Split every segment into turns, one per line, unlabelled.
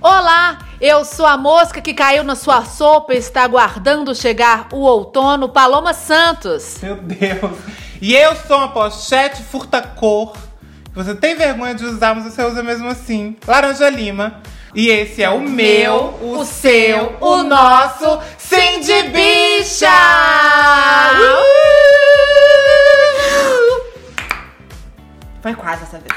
Olá, eu sou a mosca que caiu na sua sopa e está aguardando chegar o outono, Paloma Santos.
Meu Deus. E eu sou uma pochete furta-cor. Você tem vergonha de usar, mas você usa mesmo assim. Laranja Lima. E esse é o meu, o, seu, o nosso Sim de Bicha! Uh!
Foi quase essa vez.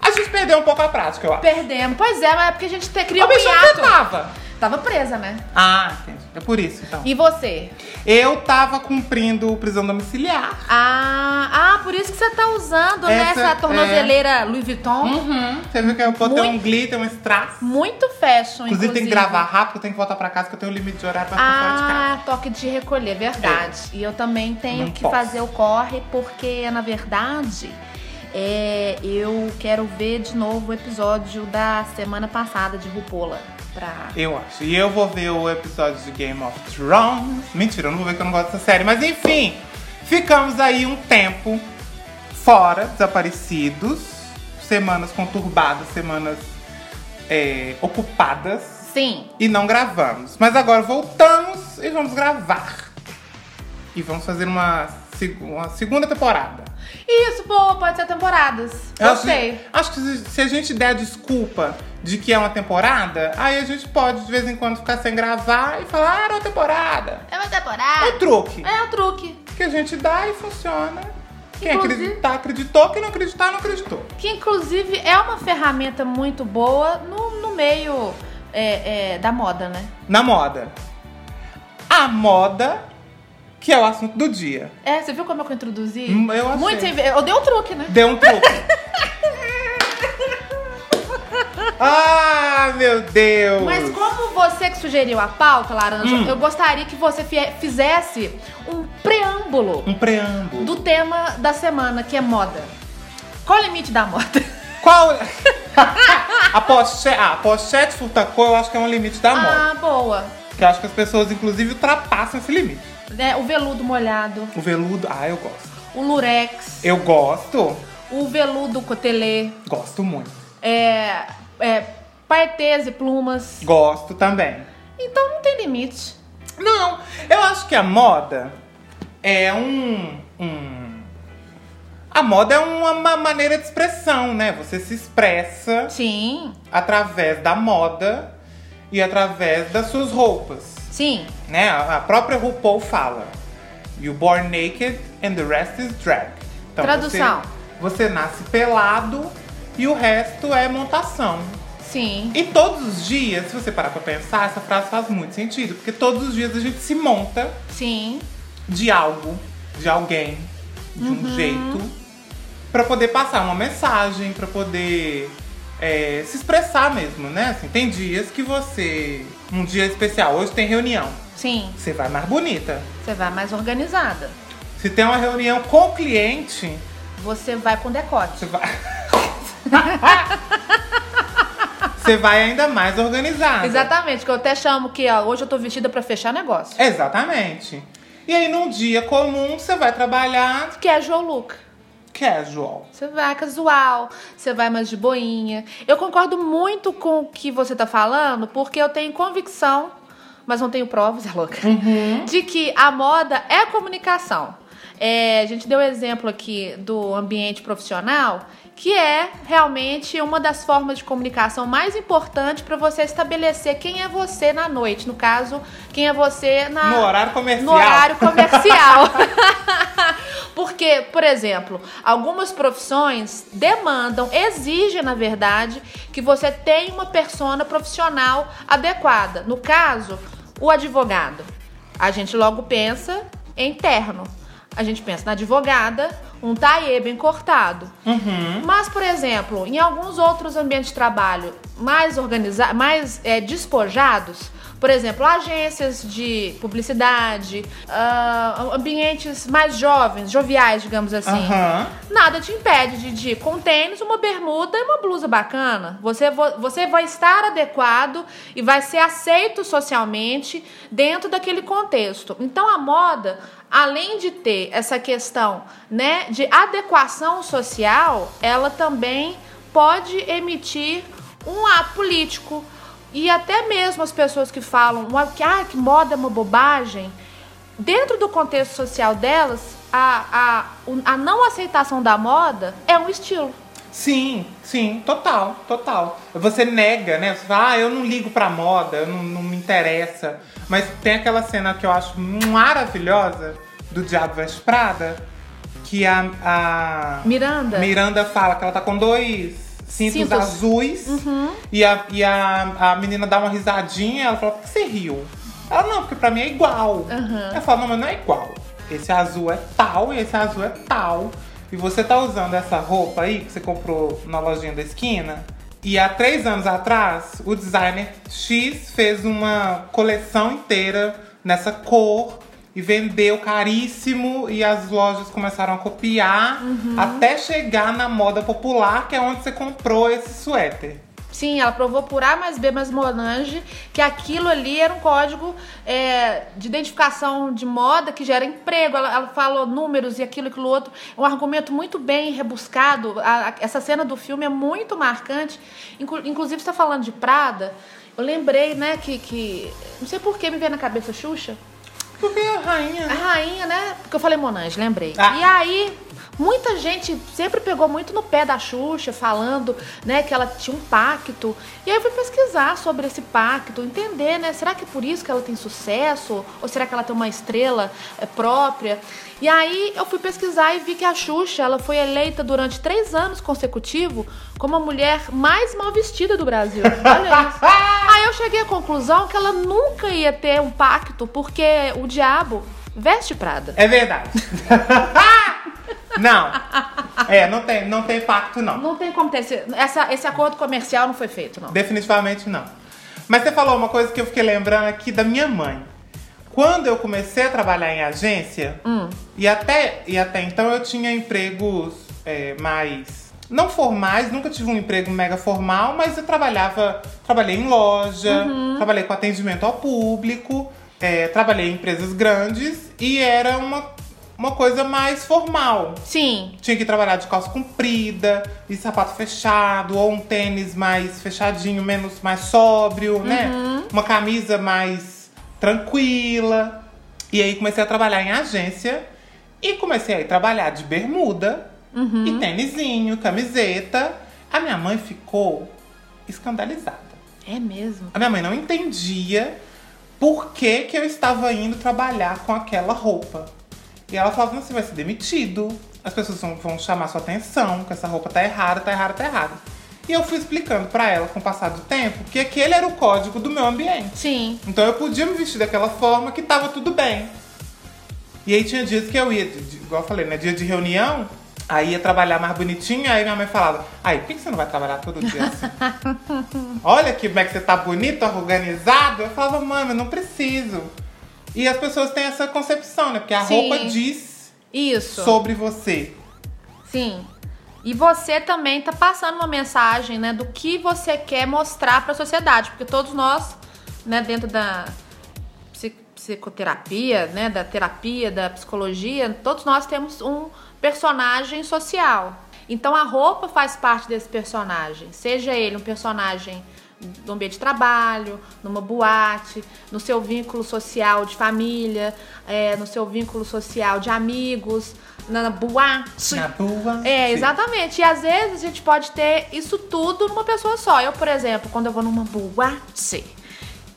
A gente perdeu um pouco a prática, eu acho.
Perdemos. Pois é, mas é porque a gente te- criou
A
um
bicha não
hiato.
tava.
Tava presa, né?
Ah, entendi. É por isso, então.
E você?
Eu tava cumprindo o prisão domiciliar.
Ah, ah, por isso que você tá usando, né,
Essa- é-
essa tornozeleira Louis Vuitton.
Uhum. Você viu que eu botei um
Muito.
glitter, um strass.
Muito fashion,
Inclusive,
inclusive.
tem que gravar rápido, tem que voltar pra casa, que eu tenho um limite de horário pra ficar fora de casa. É.
Ah, toque de recolher, verdade. E eu também tenho
Não
que
posso.
fazer o corre, porque, na verdade, é, eu quero ver de novo o episódio da semana passada de Rupola. Pra...
Eu acho. E eu vou ver o episódio de Game of Thrones. Mentira, eu não vou ver que eu não gosto dessa série. Mas enfim, ficamos aí um tempo fora, desaparecidos. Semanas conturbadas, semanas é, ocupadas.
Sim,
E não gravamos. Mas agora voltamos e vamos gravar. E vamos fazer uma, seg- uma segunda temporada.
isso, pô, pode ser temporadas. Eu
Acho que-
sei.
Acho que se- se a gente der a desculpa de que é uma temporada, aí a gente pode de vez em quando ficar sem gravar e falar, ah, era uma temporada.
É uma
É um
temporada.
truque
É um truque.
que a gente dá e funciona. Quem
Inclusive-
acreditar, acreditou. Quem não acreditar, não acreditou.
Que, inclusive, é uma ferramenta muito boa no, no meio é, é, da moda, né?
Na moda. A moda, que é o assunto do dia.
É, você viu como eu introduzi?
Hum, eu achei.
Muito, inve- eu dei um truque, né?
Deu um truque. ah, meu Deus.
Mas como você que sugeriu a pauta, Laranja,
Hum.
eu gostaria que você fie- fizesse um preâmbulo
Um preâmbulo.
do tema da semana, que é moda. Qual é o limite da moda?
Qual. a, pochete, ah, a pochete furtacô eu acho que é um limite da moda.
Ah, boa.
Que eu acho que as pessoas, inclusive, ultrapassam esse limite.
Né, o veludo molhado,
O veludo, ah, eu gosto.
o lurex,
Eu gosto,
o veludo cotelê,
gosto muito.
é, é, paetês e plumas.
Gosto também.
Então não tem limite.
Não, eu acho que a moda é um. um- A moda é uma ma- maneira de expressão, né? Você se expressa
Sim,
através da moda e através das suas roupas.
sim.
né? A a própria RuPaul fala: You born naked and the rest is drag.
Tradução.
Você, você nasce pelado e o resto é montação.
Sim.
E todos os dias, se você parar pra pensar, essa frase faz muito sentido, porque todos os dias a gente se monta
Sim.
de algo, de alguém, de um jeito, pra poder passar uma mensagem, pra poder é, se expressar mesmo, né? Assim, tem dias que você. Um dia especial, hoje tem reunião.
Sim.
Você vai mais bonita.
Você vai mais organizada.
Se tem uma reunião com o cliente,
Você vai com decote.
você vai. você vai ainda mais organizado.
Exatamente, que eu até chamo que ó, hoje eu tô vestida pra fechar negócio.
Exatamente. E aí, num dia comum, você vai trabalhar
Que é João Luca.
casual.
Você vai casual, você vai mais de boinha. Eu concordo muito com o que você tá falando, porque eu tenho convicção, mas não tenho provas, é louca, de que a moda é a comunicação. É, a gente deu exemplo aqui do ambiente profissional, que é realmente uma das formas de comunicação mais importante para você estabelecer quem é você na noite. No caso, quem é você na,
No horário comercial.
no horário comercial. Porque, por exemplo, algumas profissões demandam, exigem, na verdade, que você tenha uma persona profissional adequada. No caso, o advogado. A gente logo pensa em terno. A gente pensa na advogada, um taie bem cortado.
Uhum.
Mas, por exemplo, em alguns outros ambientes de trabalho mais organizados, mais é, despojados, por exemplo, agências de publicidade, ah, ambientes mais jovens, joviais, digamos assim.
Aham.
Nada te impede de, de ir com tênis, uma bermuda e uma blusa bacana. Você, vo- você vai estar adequado e vai ser aceito socialmente dentro daquele contexto. Então a moda, além de ter essa questão né, de adequação social, ela também pode emitir um ato político. E até mesmo as pessoas que falam "Ué, que, ah, que moda é uma bobagem, dentro do contexto social delas, a, a, o- a não aceitação da moda é um estilo.
Sim, sim, total, total. Você nega, né? Você fala, ah, eu não ligo pra moda, eu não, não me interessa. Mas tem aquela cena que eu acho maravilhosa do Diabo Veste Prada, que a, a
Miranda?
Miranda fala que ela tá com dois cintos,
Cintos.
azuis e, a, e a, a menina dá uma risadinha, ela fala, por que você riu? Ela, não, porque pra mim é igual. Ela fala, não, mas não é igual. Esse azul é tal e esse azul é tal. E você tá usando essa roupa aí que você comprou na lojinha da esquina. E há três anos atrás, o designer X fez uma coleção inteira nessa cor e vendeu caríssimo e as lojas começaram a copiar até chegar na moda popular, que é onde você comprou esse suéter.
Sim, ela provou por A mais B mais Monange que aquilo ali era um código é, de identificação de moda que gera emprego. Ela, ela falou números e aquilo e aquilo outro. É um argumento muito bem rebuscado. A- a- essa cena do filme é muito marcante. Inclu- inclusive, você está falando de Prada. Eu lembrei, né, que, que. Não sei por que me veio na cabeça Xuxa.
Porque a rainha.
A rainha, né? Porque eu falei Monange, lembrei.
Ah.
E aí, muita gente sempre pegou muito no pé da Xuxa, falando, né, que ela tinha um pacto. E aí eu fui pesquisar sobre esse pacto, entender, né? Será que é por isso que ela tem sucesso? Ou será que ela tem uma estrela eh, própria? E aí eu fui pesquisar e vi que a Xuxa, ela foi eleita durante três anos consecutivos como a mulher mais mal vestida do Brasil. Olha isso. Aí eu cheguei à conclusão que ela nunca ia ter um pacto, porque o diabo veste Prada.
É verdade. Ah! não. É, não tem, não tem pacto, não.
Não tem como ter esse, essa- esse acordo comercial não foi feito, não.
Definitivamente não. Mas você falou uma coisa que eu fiquei lembrando aqui da minha mãe. Quando eu comecei a trabalhar em agência, e, até, e até então eu tinha empregos é, mais. Não formais, nunca tive um emprego mega formal, mas eu trabalhava. Trabalhei em loja, trabalhei com atendimento ao público, é, trabalhei em empresas grandes e era uma, uma coisa mais formal.
Sim.
Tinha que trabalhar de calça comprida, e sapato fechado, ou um tênis mais fechadinho, menos mais sóbrio, né? Uma camisa mais tranquila. E aí comecei a trabalhar em agência e comecei a ir trabalhar de bermuda e tênisinho, camiseta. A minha mãe ficou escandalizada.
É mesmo.
A minha mãe não entendia por que, que eu estava indo trabalhar com aquela roupa. E ela falava, você vai ser demitido, as pessoas vão, vão chamar sua atenção, que essa roupa tá errada, tá errada, tá errada. E eu fui explicando pra ela, com o passar do tempo, que aquele era o código do meu ambiente.
Sim.
Então eu podia me vestir daquela forma que tava tudo bem. E aí tinha dias que eu ia, de- de- igual eu falei, né? Dia de reunião, aí ia trabalhar mais bonitinha, aí minha mãe falava, aí, por que que você não vai trabalhar todo dia assim? Olha que como é que você tá bonito, organizado. Eu falava, mano, eu não preciso. E as pessoas têm essa concepção, né? Porque a
Sim.
roupa diz
Isso.
sobre você.
Sim. E você também tá passando uma mensagem, né, do que você quer mostrar pra sociedade, porque todos nós, né, dentro da psi- psicoterapia, né, da terapia, da psicologia, todos nós temos um personagem social. Então a roupa faz parte desse personagem, seja ele um personagem no ambiente de trabalho, numa boate, no seu vínculo social de família, eh, no seu vínculo social de amigos, na na boate.
Na rua.
É,
sim.
exatamente. E às vezes a gente pode ter isso tudo numa pessoa só. Eu, por exemplo, quando eu vou numa boate,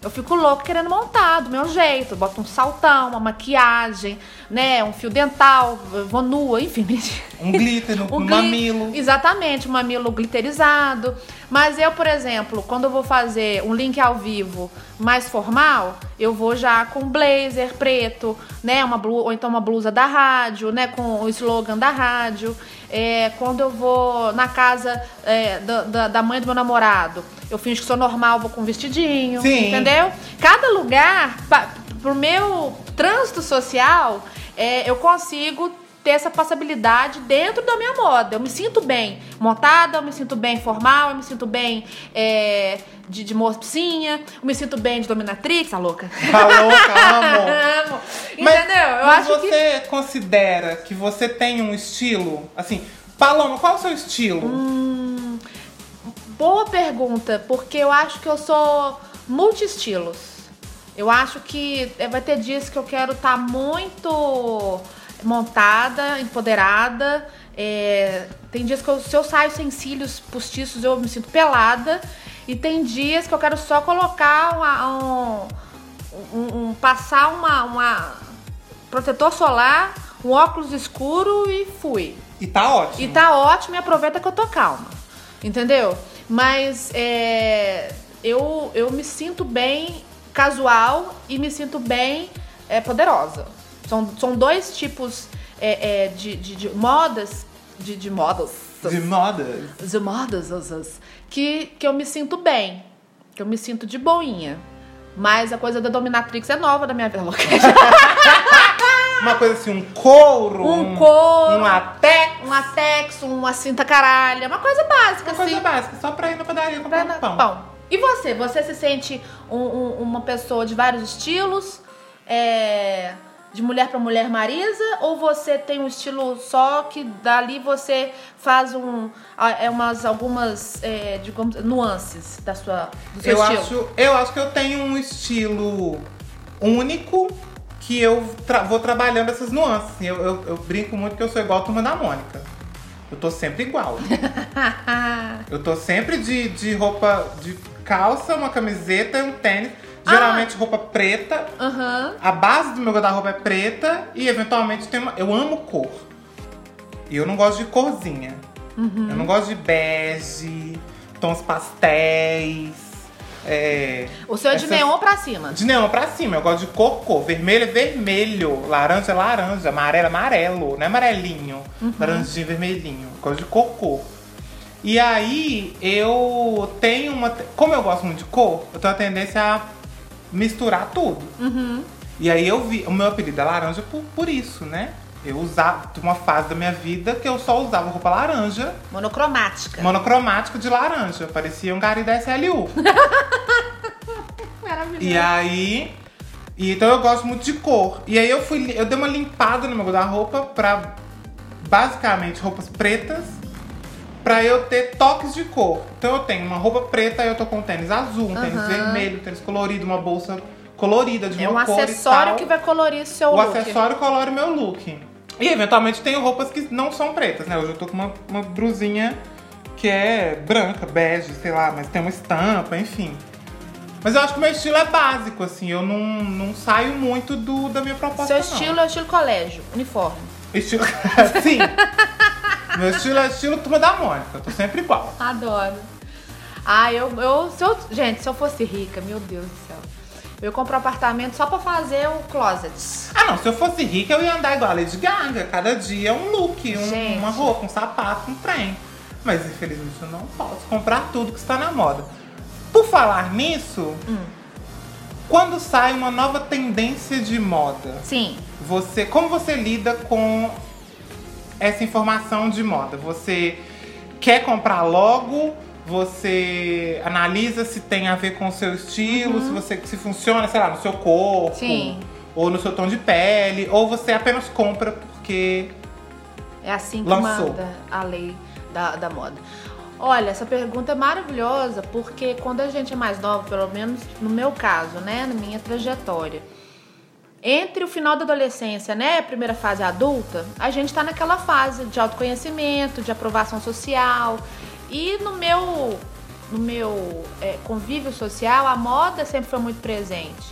eu fico louca querendo montar do meu jeito. Eu boto um saltão, uma maquiagem, né? Um fio dental, eu vou nua, enfim.
Um glitter no,
Um
no
gli-
mamilo.
Exatamente, um mamilo glitterizado. Mas eu, por exemplo, quando eu vou fazer um link ao vivo mais formal, eu vou já com blazer preto, né? Uma blu... Ou então uma blusa da rádio, né? Com o slogan da rádio. É, quando eu vou na casa é, da, da- da mãe do meu namorado, eu finjo que sou normal, vou com um vestidinho.
Sim.
Entendeu? Cada lugar, pa- pro meu trânsito social, é, eu consigo ter essa passabilidade dentro da minha moda. Eu me sinto bem montada, eu me sinto bem formal, eu me sinto bem é, de, de mocinha, eu me sinto bem de dominatrix, a louca.
Tá louca, amor.
Amo. Entendeu?
Mas-
eu
mas
acho que.
você considera que você tem um estilo? Assim, Paloma, qual é o seu estilo?
Hum, Boa pergunta, porque eu acho que eu sou multiestilos. Eu acho que eh, vai ter dias que eu quero estar muito montada, empoderada. eh, tem dias que eu- se eu saio sem cílios postiços, eu me sinto pelada. E tem dias que eu quero só colocar uma- um, um- um- passar uma- uma protetor solar, um óculos escuro e fui.
E tá ótimo.
E tá ótimo e aproveita que eu tô calma. Entendeu? Mas é, eu, eu me sinto bem casual e me sinto bem é, poderosa. São, são dois tipos é, é, de, de, de modas. De, de modas.
De moda.
De modas. as- as- Que, que eu me sinto bem. Que eu me sinto de boinha. Mas a coisa da dominatrix é nova da minha vida. louca.
Uma coisa assim, um couro.
Um couro.
Um até.
Um latex, uma cinta caralha. Uma coisa básica,
Uma
assim.
coisa básica, só pra ir na padaria comprar
Pra
um
na-
pão.
E você? Você se sente um- um- uma pessoa de vários estilos? É, de mulher pra mulher Marisa? Ou você tem um estilo só que dali você faz um, a- é umas, algumas é, digamos, nuances da sua, do seu
Eu
estilo?
acho, eu acho que eu tenho um estilo único que eu tra- vou trabalhando essas nuances. Eu, eu- eu brinco muito que eu sou igual a turma da Mônica. Eu tô sempre igual. eu tô sempre de, de roupa de calça, uma camiseta e um tênis. Geralmente roupa preta.
Aham.
A base do meu guarda-roupa é preta e eventualmente tem uma. Eu amo cor. E eu não gosto de corzinha. Eu não gosto de bege, tons pastéis. É,
O seu é de
Essa-
neon pra cima.
de neon pra cima, eu gosto de cocô. Vermelho é vermelho, laranja é laranja, amarelo é amarelo, não é amarelinho. Laranjinho, vermelhinho. Eu gosto de cocô. E aí, eu tenho uma. te- Como eu gosto muito de cor, eu tenho a tendência a misturar tudo. E aí eu vi. O meu apelido é laranja por, por isso, né? Eu usava. Tinha uma fase da minha vida que eu só usava roupa laranja
Monocromática.
monocromático de laranja. Parecia um gari da SLU.
Maravilhoso.
e aí. e então eu gosto muito de cor. E aí eu fui. li- Eu dei uma limpada no meu guarda-roupa pra basicamente roupas pretas. Pra eu ter toques de cor. Então eu tenho uma roupa preta, aí eu tô com um tênis azul, um tênis
Aham.
vermelho, um tênis colorido, uma bolsa colorida de
É um
uma cor e
acessório
tal.
que vai colorir seu
O
look.
acessório colore meu look. E eventualmente tenho roupas que não são pretas, né? Hoje eu tô com uma, uma blusinha que é branca, bege, sei lá, mas tem uma estampa, enfim. Mas eu acho que meu estilo é básico, assim, eu não, não saio muito do, da minha proposta.
Seu
não.
estilo é o estilo colégio, uniforme.
Estilo. Sim! meu estilo é estilo turma da Mônica, eu tô sempre igual.
Adoro. Ah, eu, eu, se eu. Gente, se eu fosse rica, meu Deus do céu. Eu ia comprar um apartamento só pra fazer o closet.
Ah, não, se eu fosse rica, eu ia andar igual a Lady Gaga. Cada dia um look, um-
Gente.
uma roupa, um sapato, um trem. Mas infelizmente eu não posso comprar tudo que está na moda. Por falar nisso, quando sai uma nova tendência de moda,
Sim.
você, como você lida com essa informação de moda? Você quer comprar logo? Você analisa se tem a ver com o seu estilo, se você se funciona, sei lá, no seu corpo,
Uhum. Sim.
ou no seu tom de pele, ou você apenas compra porque
É assim que
Lançou.
manda a lei da, da moda. Olha, essa pergunta é maravilhosa porque quando a gente é mais nova, pelo menos no meu caso, né, na minha trajetória, entre o final da adolescência, né, primeira fase adulta, a gente tá naquela fase de autoconhecimento, de aprovação social. E no meu, no meu é, convívio social, a moda sempre foi muito presente.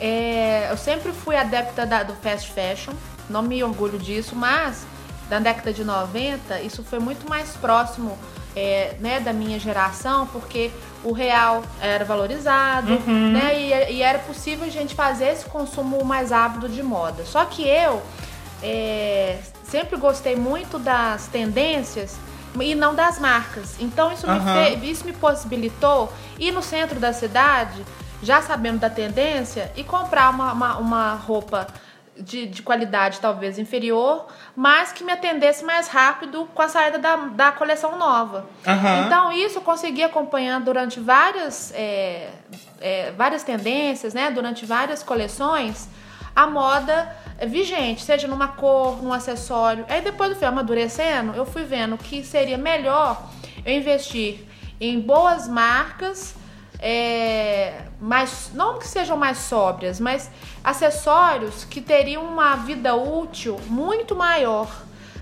É, eu sempre fui adepta da- do fast fashion, não me orgulho disso, mas na década de 90 isso foi muito mais próximo é, né, da minha geração, porque o real era valorizado, né, e, e era possível a gente fazer esse consumo mais ávido de moda. Só que eu é, sempre gostei muito das tendências e não das marcas. Então isso me
Aham.
fez isso me possibilitou ir no centro da cidade, já sabendo da tendência, e comprar uma, uma, uma roupa de, de qualidade talvez inferior, mas que me atendesse mais rápido com a saída da, da coleção nova.
Aham.
Então isso eu consegui acompanhar durante várias, é, é, várias tendências, né? Durante várias coleções, a moda vigente, seja numa cor, num acessório. Aí depois eu fui amadurecendo, eu fui vendo que seria melhor eu investir em boas marcas, é, mais, não que sejam mais sóbrias, mas acessórios que teriam uma vida útil muito maior,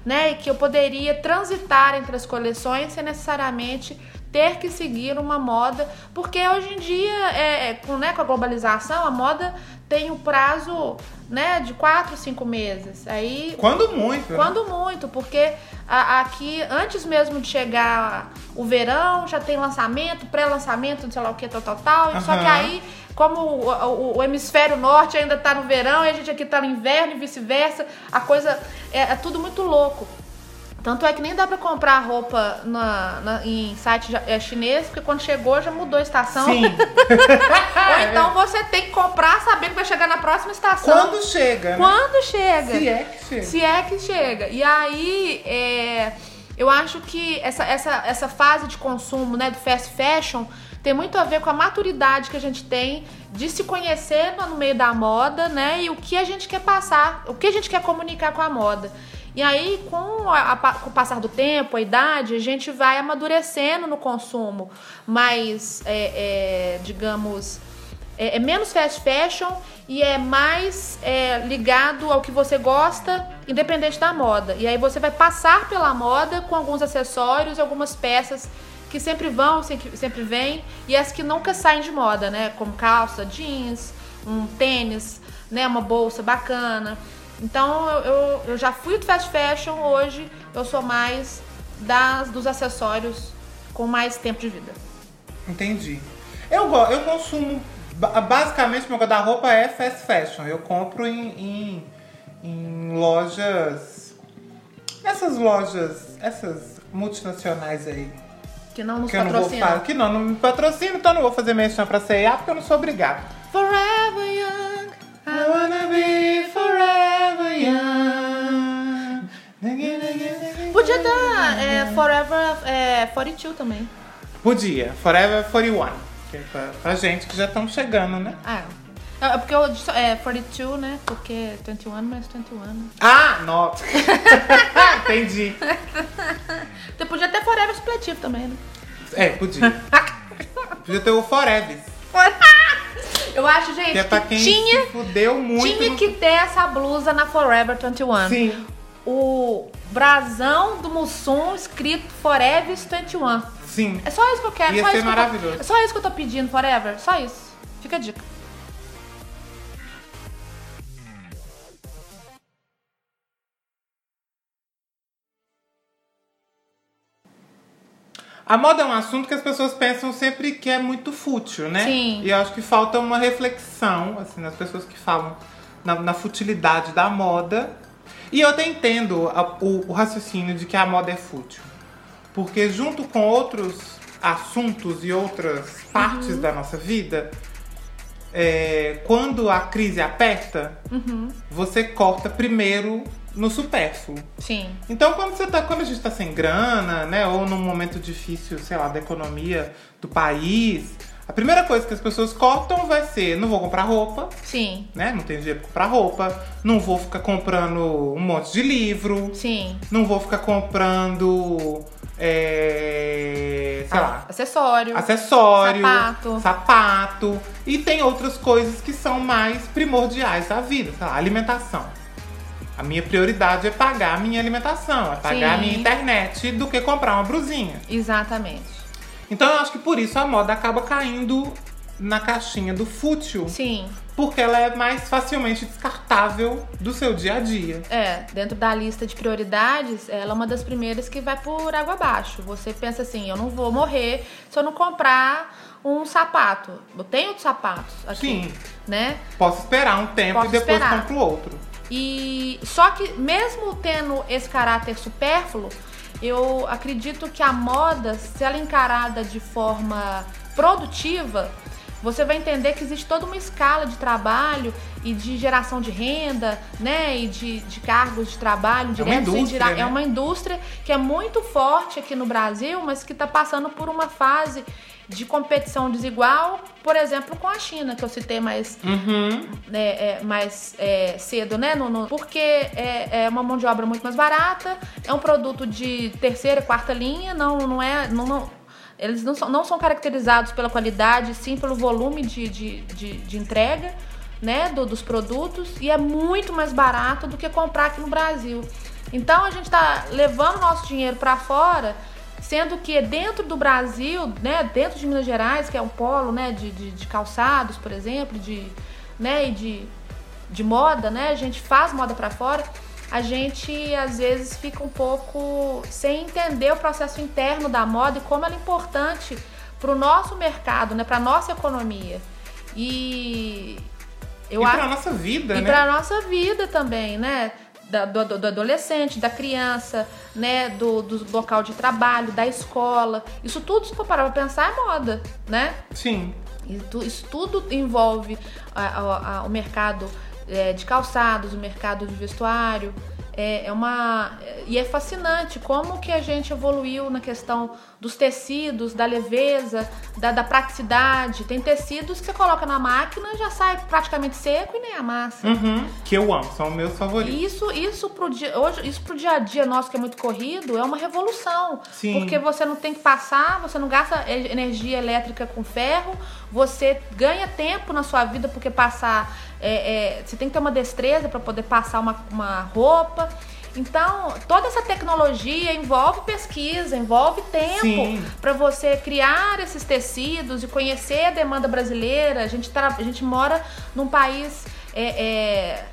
né? E que eu poderia transitar entre as coleções sem necessariamente ter que seguir uma moda, porque hoje em dia, é, com, né, com a globalização, a moda tem o prazo né, de 4, 5 meses. Aí
Quando muito, né?
quando muito, porque a- aqui, antes mesmo de chegar o verão, já tem lançamento, pré-lançamento, não sei lá o que, tal, tal, tal. E Só que
Aham.
aí, como o, o- o hemisfério norte ainda tá no verão e a gente aqui tá no inverno e vice-versa, a coisa é, é tudo muito louco. Tanto é que nem dá pra comprar roupa na, na- em site ja- é, chinês, porque quando chegou já mudou a estação.
Sim.
Ou então você tem que comprar sabendo que vai chegar na próxima estação.
Quando chega, né?
Quando chega.
Se é que chega.
Se é que chega. E aí, é, eu acho que essa, essa, essa fase de consumo, né, do fast fashion, tem muito a ver com a maturidade que a gente tem de se conhecer no, no meio da moda, né, e o que a gente quer passar, o que a gente quer comunicar com a moda. E aí, com, a- a pa- com o passar do tempo, a idade, a gente vai amadurecendo no consumo, mas, é, é, digamos, é, é menos fast fashion e é mais é, ligado ao que você gosta, independente da moda. E aí você vai passar pela moda com alguns acessórios, e algumas peças que sempre vão, sem- que sempre vêm, e as que nunca saem de moda, né? Como calça, jeans, um tênis, né? Uma bolsa bacana. Então eu, eu- eu já fui do fast fashion, hoje eu sou mais das, dos acessórios com mais tempo de vida.
Entendi. Eu, go- eu consumo. ba- Basicamente, meu guarda-roupa é fast fashion. Eu compro em, em, em lojas. Essas lojas. Essas multinacionais aí.
Que não nos
Que eu não vou
patrocina.
falar. Que não, não me patrocina, então eu não vou fazer merchan pra C&A porque eu não sou obrigada.
Forever young.
I wanna be forever young.
Podia dar é, Forever é, 42 também.
Podia. Forever 41. Que é pra, pra gente que já estamos chegando, né?
Ah, é É porque eu disse é, 42, né? Porque é 21 mais 21. né?
Ah, nossa. Entendi.
Você podia ter Forever Spletivo também, né?
É, podia. podia ter o Forever.
Eu acho, gente,
Que é pra
que
quem
tinha,
se fudeu muito.
tinha
no-
que ter essa blusa na Forever 21.
Sim,
O brasão do Mussum escrito Forever 21.
sim.
É só isso que eu quero.
Ia
só
ser
isso que eu tô-
maravilhoso.
é só isso que eu tô pedindo, Forever. Só isso. Fica a dica.
A moda é um assunto que as pessoas pensam sempre que é muito fútil, né?
Sim.
E eu acho que falta uma reflexão, assim, nas pessoas que falam na, na futilidade da moda. E eu até entendo a- o, o raciocínio de que a moda é fútil. Porque junto com outros assuntos e outras partes da nossa vida, é, quando a crise aperta,
Uhum.
você corta primeiro no supérfluo.
Sim.
Então, quando, você tá, quando a gente tá sem grana, né, ou num momento difícil, sei lá, da economia do país, a primeira coisa que as pessoas cortam vai ser: não vou comprar roupa,
Sim.
né, não tenho dinheiro pra comprar roupa, não vou ficar comprando um monte de livro,
Sim.
não vou ficar comprando. É, sei lá.
Acessório.
Acessório,
Sapato.
sapato. E tem outras coisas que são mais primordiais da vida, sei lá, alimentação. A minha prioridade é pagar a minha alimentação, é pagar a
Sim.
minha internet do que comprar uma brusinha.
Exatamente.
Então eu acho que por isso a moda acaba caindo na caixinha do fútil,
Sim,
porque ela é mais facilmente descartável do seu dia a dia.
é. Dentro da lista de prioridades, ela é uma das primeiras que vai por água abaixo. Você pensa assim, eu não vou morrer se eu não comprar um sapato. Eu tenho outros sapatos aqui,
Sim.
né?
Posso esperar um tempo
Posso
e depois
esperar.
compro outro.
E só que mesmo tendo esse caráter supérfluo, eu acredito que a moda, se ela é encarada de forma produtiva, você vai entender que existe toda uma escala de trabalho e de geração de renda, né? E de, de cargos de trabalho
É uma
diretos e
indústria,
indiretos.
né?
É uma indústria que é muito forte aqui no Brasil, mas que está passando por uma fase de competição desigual, por exemplo, com a China, que eu citei mais
Uhum.
né, é, mais é, cedo, né, Nuno? Porque é, é uma mão de obra muito mais barata, é um produto de terceira, quarta linha, não, não é. Não, não- Eles não são, não são caracterizados pela qualidade, sim pelo volume de, de, de, de entrega né, do- dos produtos e é muito mais barato do que comprar aqui no Brasil. Então a gente está levando nosso dinheiro para fora, sendo que dentro do Brasil, né, dentro de Minas Gerais, que é um polo né, de, de, de calçados, por exemplo, de, né, e de, de moda, né, a gente faz moda para fora, a gente às vezes fica um pouco sem entender o processo interno da moda e como ela é importante para o nosso mercado, né, para nossa economia. E eu
e
acho
pra nossa vida,
e
né?
para nossa vida também, né? Da- do, do- do adolescente, da criança, né? Do, do local de trabalho, da escola. Isso tudo, se for parar pra pensar, é moda, né?
Sim.
E tu- Isso tudo envolve a- a- a- o mercado é, de calçados, o mercado de vestuário. É, é uma é- e é fascinante como que a gente evoluiu na questão dos tecidos, da leveza, da, da praticidade. Tem tecidos que você coloca na máquina já sai praticamente seco e nem amassa.
Uhum. Que eu amo, são meus favoritos.
E isso, isso pro dia, hoje, isso pro dia a dia nosso que é muito corrido, é uma revolução.
Sim.
Porque você não tem que passar, você não gasta e- energia elétrica com ferro, você ganha tempo na sua vida porque passar. é, é, você tem que ter uma destreza para poder passar uma, uma roupa. Então, toda essa tecnologia envolve pesquisa, envolve tempo
Sim.
para você criar esses tecidos e conhecer a demanda brasileira. A gente, tra- a gente mora num país é, é,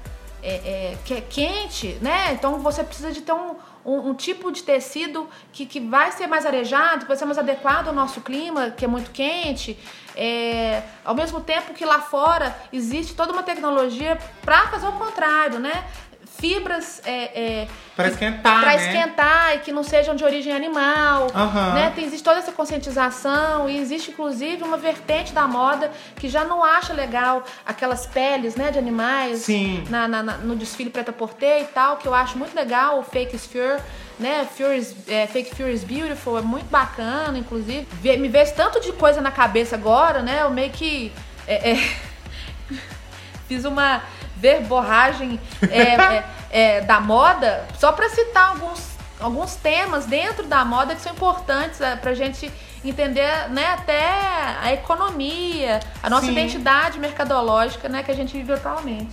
é, é, que é quente, né? Então você precisa de ter um, um, um tipo de tecido que, que vai ser mais arejado, que vai ser mais adequado ao nosso clima, que é muito quente. É, ao mesmo tempo que lá fora existe toda uma tecnologia para fazer o contrário, né? Fibras é, é,
Pra esquentar,
pra
né?
esquentar e que não sejam de origem animal,
Aham.
né? Tem, existe toda essa conscientização e existe inclusive uma vertente da moda que já não acha legal aquelas peles, né, de animais
Sim.
na- na- na- no desfile preta porter e tal, que eu acho muito legal, o Fake is Fur, né? Fur is- é, Fake Fur is Beautiful, é muito bacana, inclusive. Vê- me vê esse tanto de coisa na cabeça agora, né? Eu meio que. é, é, fiz uma verborragem é, é, é, da moda, só pra citar alguns, alguns temas dentro da moda que são importantes é, pra gente entender né, até a economia, a nossa
Sim.
identidade mercadológica né, que a gente vive atualmente.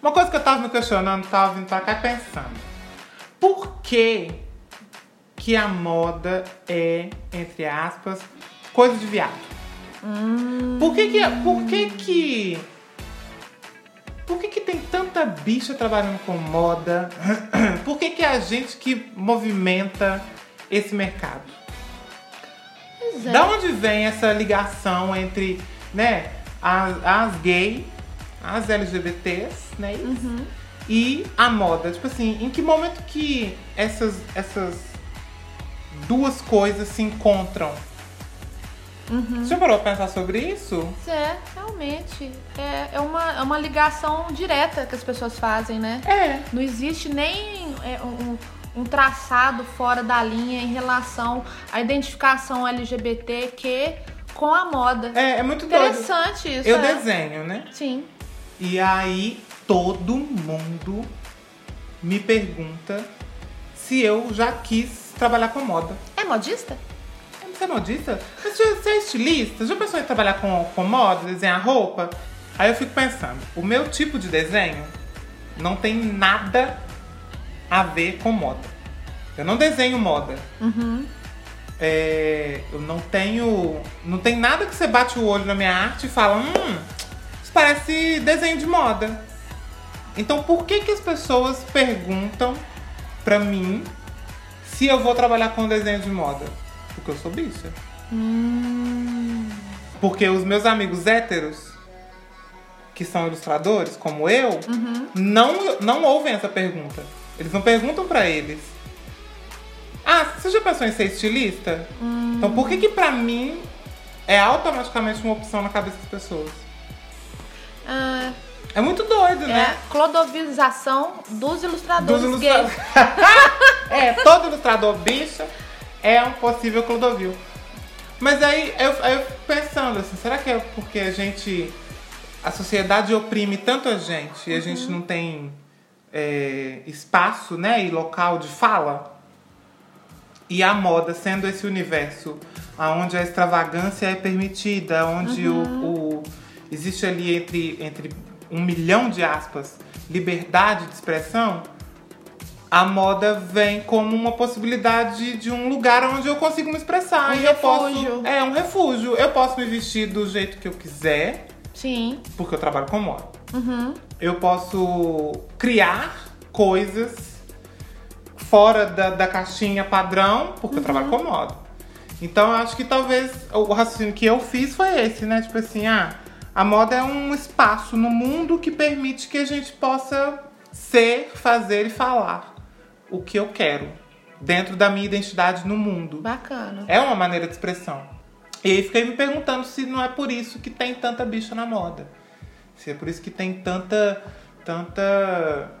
Uma coisa que eu tava me questionando, tava vindo pra cá e pensando. Por que que a moda é, entre aspas, coisa de viado? Por que que... Por que que... Por que que tem tanta bicha trabalhando com moda? Por que que é a gente que movimenta esse mercado?
Pois é.
Da onde vem essa ligação entre, né, as, as gay, as LGBTs, né? isso?
Uhum.
E a moda. Tipo assim, em que momento que essas, essas duas coisas se encontram?
Uhum.
Você já parou pra pensar sobre isso?
Pois É, realmente. É, é, uma, é uma ligação direta que as pessoas fazem, né?
É.
Não existe nem é, um, um traçado fora da linha em relação à identificação LGBTQ com a moda.
É, é muito doido.
Interessante isso.
Eu
é.
desenho, né?
Sim.
E aí todo mundo me pergunta se eu já quis trabalhar com moda.
É modista?
Você é modista? Mas você você é estilista? Já pensou em trabalhar com, com moda, desenhar roupa? Aí eu fico pensando, o meu tipo de desenho não tem nada a ver com moda. Eu não desenho moda. É, eu não tenho. Não tem nada que você bate o olho na minha arte e fala, hum, isso parece desenho de moda. Então por que, que as pessoas perguntam pra mim se eu vou trabalhar com desenho de moda? Porque eu sou bicha. Hum. Porque os meus amigos héteros, que são ilustradores, como eu, não, não ouvem essa pergunta. Eles não perguntam pra eles. Ah, você já pensou em ser estilista? Então por que que pra mim é automaticamente uma opção na cabeça das pessoas?
Ah,
É muito doido,
é
né?
a clodovização dos ilustradores
Dos ilustradores.
gays.
é, todo ilustrador bicha é um possível Clodovil. Mas aí eu, aí eu fico pensando assim, será que é porque a gente. a sociedade oprime tanto a gente e a gente não tem é, espaço, né, e local de fala. E a moda sendo esse universo onde a extravagância é permitida, onde o, o- existe ali entre, entre um milhão de aspas liberdade de expressão, a moda vem como uma possibilidade de um lugar onde eu consigo me expressar.
Um
e eu posso.
refúgio.
É um refúgio. Eu posso me vestir do jeito que eu quiser,
Sim.
porque eu trabalho com moda. Eu posso criar coisas fora da, da caixinha padrão, porque eu trabalho com moda. Então eu acho que talvez o raciocínio que eu fiz foi esse, né? Tipo assim, ah, a moda é um espaço no mundo que permite que a gente possa ser, fazer e falar o que eu quero dentro da minha identidade no mundo.
Bacana.
É uma maneira de expressão. E aí fiquei me perguntando se não é por isso que tem tanta bicha na moda. Se é por isso que tem tanta, tanta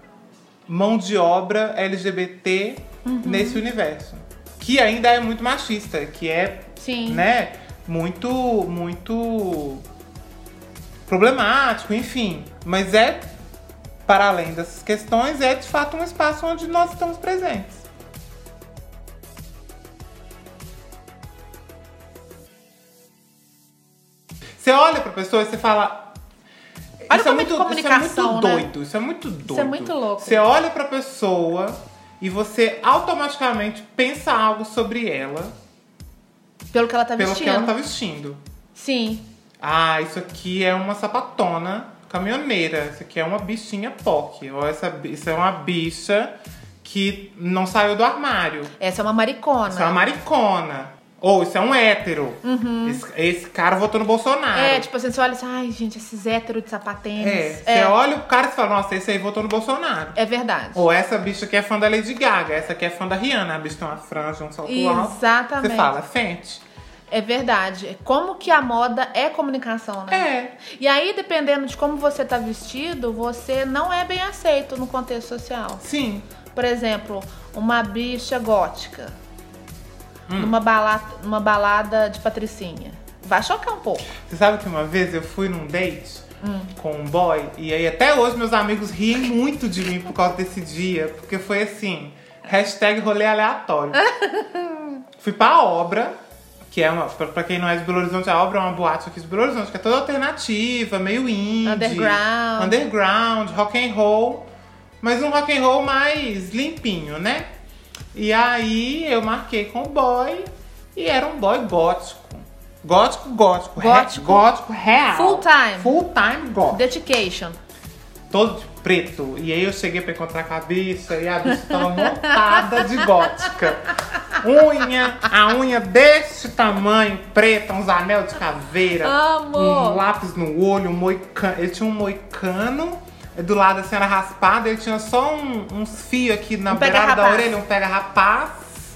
mão de obra LGBT nesse universo. Que ainda é muito machista, que é,
Sim.
né, muito, muito problemático, enfim. Mas é, para além dessas questões, é de fato um espaço onde nós estamos presentes. Você olha pra pessoa e você fala.
Olha
isso, é
como é que
muito, isso é muito
comunicação, né?
doido. Isso é muito doido.
é muito louco.
Você olha pra pessoa e você automaticamente pensa algo sobre ela
Pelo que ela tá
pelo
vestindo.
que ela tá vestindo.
Sim.
Ah, isso aqui é uma sapatona caminhoneira. Isso aqui é uma bichinha POC. Ou essa, bi- isso é uma bicha que não saiu do armário.
Essa é uma maricona.
Isso é uma maricona. Ou isso é um hétero. Esse, esse cara votou no Bolsonaro.
Uhum. É, tipo assim, você olha assim, ai, gente, esses héteros de
É,
sapatênis.
você olha o cara e fala, nossa, esse aí votou no Bolsonaro.
é verdade.
Ou essa bicha que é fã da Lady Gaga, essa que é fã da Rihanna, a bicha tem uma franja, um salto alto.
Exatamente.
Você fala, sente.
É verdade. Como que a moda é comunicação, né?
É.
E aí, dependendo de como você tá vestido, você não é bem aceito no contexto social.
Sim.
Por exemplo, uma bicha gótica.
Hum.
Numa, balada, numa balada de patricinha. Vai chocar um pouco.
Você sabe que uma vez eu fui num date com um boy, e aí até hoje meus amigos riem muito de mim por causa desse dia, porque foi assim, hashtag rolê aleatório. Fui pra obra, que é uma, pra, pra quem não é de Belo Horizonte, a obra é uma boate aqui de Belo Horizonte, que é toda alternativa, meio indie.
Underground.
Underground, rock and roll. Mas um rock and roll mais limpinho, né? E aí eu marquei com o boy, e era um boy gótico. Gótico, gótico. re-
Gótico.
gótico real.
Full time.
Full time gótico.
Dedication.
Todo de preto. E aí eu cheguei pra encontrar a cabeça e a bicha tava montada de gótica. Unha, a unha desse tamanho, preta, uns anel de caveira.
Amo!
Um lápis no olho, um moicano. Ele tinha um moicano. Do lado assim era raspado, ele tinha só um- uns fios aqui na
Um
beirada da
pega-rapaz.
orelha, um pega-rapaz.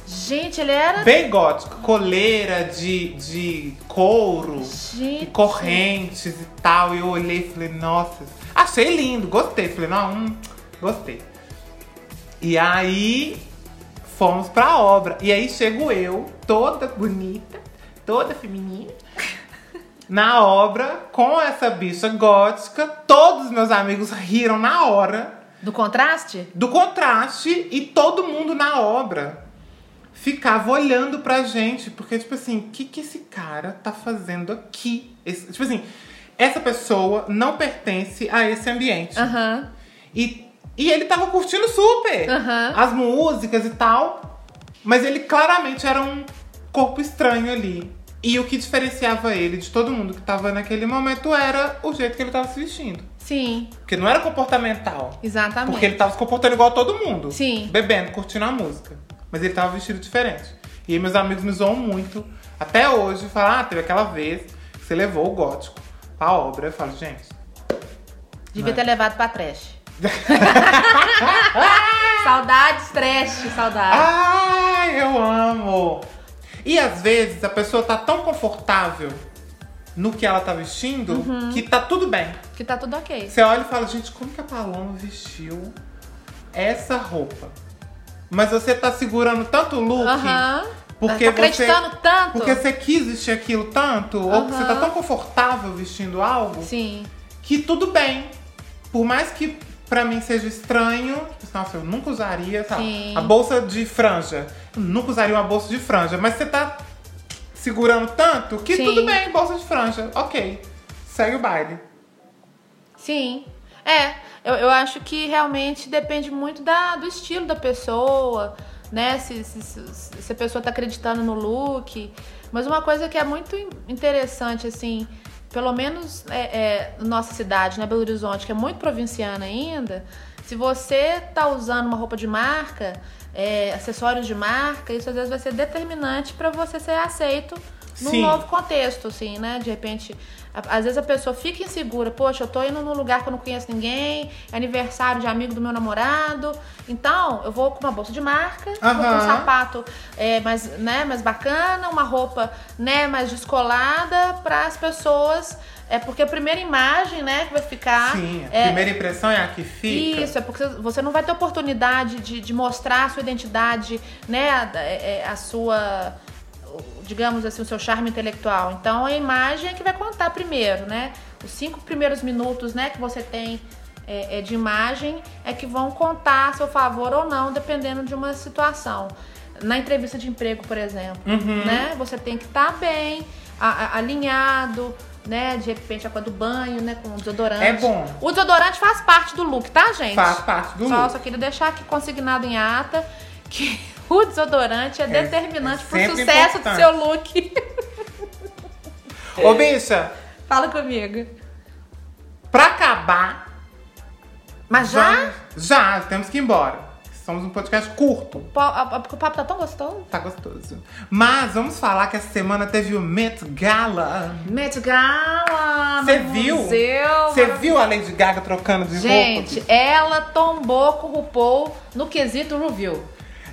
Gente, ele era.
Bem gótico. Coleira de, de couro. E
Gente.
correntes e tal. E eu olhei e falei, nossa, achei lindo, gostei. Falei, não, hum, gostei. E aí fomos pra obra. E aí chego eu, toda bonita, toda feminina, na obra com essa bicha gótica. Todos meus amigos riram na hora
Do contraste?
do contraste e todo mundo na obra ficava olhando pra gente, porque tipo assim, o que que esse cara tá fazendo aqui? Esse- tipo assim, essa pessoa não pertence a esse ambiente.
Ah. Aham.
E, e ele tava curtindo super
Aham.
as músicas e tal. Mas ele claramente era um corpo estranho ali. E o que diferenciava ele de todo mundo que tava naquele momento era o jeito que ele tava se vestindo.
Sim,
Porque não era comportamental.
exatamente.
Porque ele tava se comportando igual a todo mundo.
Sim.
Bebendo, curtindo a música. Mas ele tava vestido diferente. E aí meus amigos me zoam muito. Até hoje, falam, ah, teve aquela vez que você levou o gótico pra obra. Eu falo, gente.
Devia ter levado pra trash. saudades, trash, saudades.
Ai, eu amo! E às vezes a pessoa tá tão confortável no que ela tá vestindo
Uhum.
que tá tudo bem.
Que tá tudo ok.
Você olha e fala, gente, como que a Paloma vestiu essa roupa? Mas você tá segurando tanto o look.
Aham.
Porque
tá
você-
acreditando tanto.
Porque você quis vestir aquilo tanto, ou que você tá
Aham.
tão confortável vestindo algo,
Sim.
que tudo bem. Por mais que pra mim seja estranho, tipo assim, nossa, eu nunca usaria, sabe?
Sim.
A bolsa de franja. Eu nunca usaria uma bolsa de franja, mas você tá segurando tanto que
Sim.
tudo bem, bolsa de franja. Ok. Segue o baile.
Sim. É, eu, eu acho que realmente depende muito da, do estilo da pessoa, né? Se, se, se, se a pessoa tá acreditando no look. Mas uma coisa que é muito in- interessante, assim, pelo menos é, é, na nossa cidade, né, Belo Horizonte, que é muito provinciana ainda, se você tá usando uma roupa de marca, é, acessórios de marca, isso às vezes vai ser determinante para você ser aceito num
Sim.
novo contexto, assim, né? De repente, a- às vezes a pessoa fica insegura, poxa, eu tô indo num lugar que eu não conheço ninguém, é aniversário de amigo do meu namorado, então eu vou com uma bolsa de marca, vou com um
Aham.
sapato é, mais, né, mais bacana, uma roupa né, mais descolada para as pessoas. É porque a primeira imagem, né, que vai ficar.
Sim, a
é,
primeira impressão é a que fica.
isso, é porque você não vai ter oportunidade de, de mostrar a sua identidade, né? A, é- é, a sua, o- digamos assim, o seu charme intelectual. Então a imagem é que vai contar primeiro, né? Os cinco primeiros minutos né, que você tem é, é, de imagem é que vão contar a seu favor ou não, dependendo de uma situação. Na entrevista de emprego, por exemplo,
Uhum.
né? Você tem que estar bem, a- a- alinhado, né? De repente, a água do banho, né? Com desodorante.
É bom.
O desodorante faz parte do look, tá, gente?
Faz parte do
só,
look.
só queria deixar aqui consignado em ata que o desodorante é, determinante
é
pro
sempre
sucesso do
importante.
seu look.
Ô, bicha,
Fala comigo.
pra acabar.
Mas já?
vamos- Já, temos que ir embora. Somos um podcast curto.
Po- a- a- Porque o papo tá tão gostoso.
Tá gostoso. Mas vamos falar que essa semana teve o Met Gala.
Met Gala!
Você
no
viu?
museu,
Você viu a Lady Gaga trocando de roupa?
Gente, ela tombou com o RuPaul no quesito review.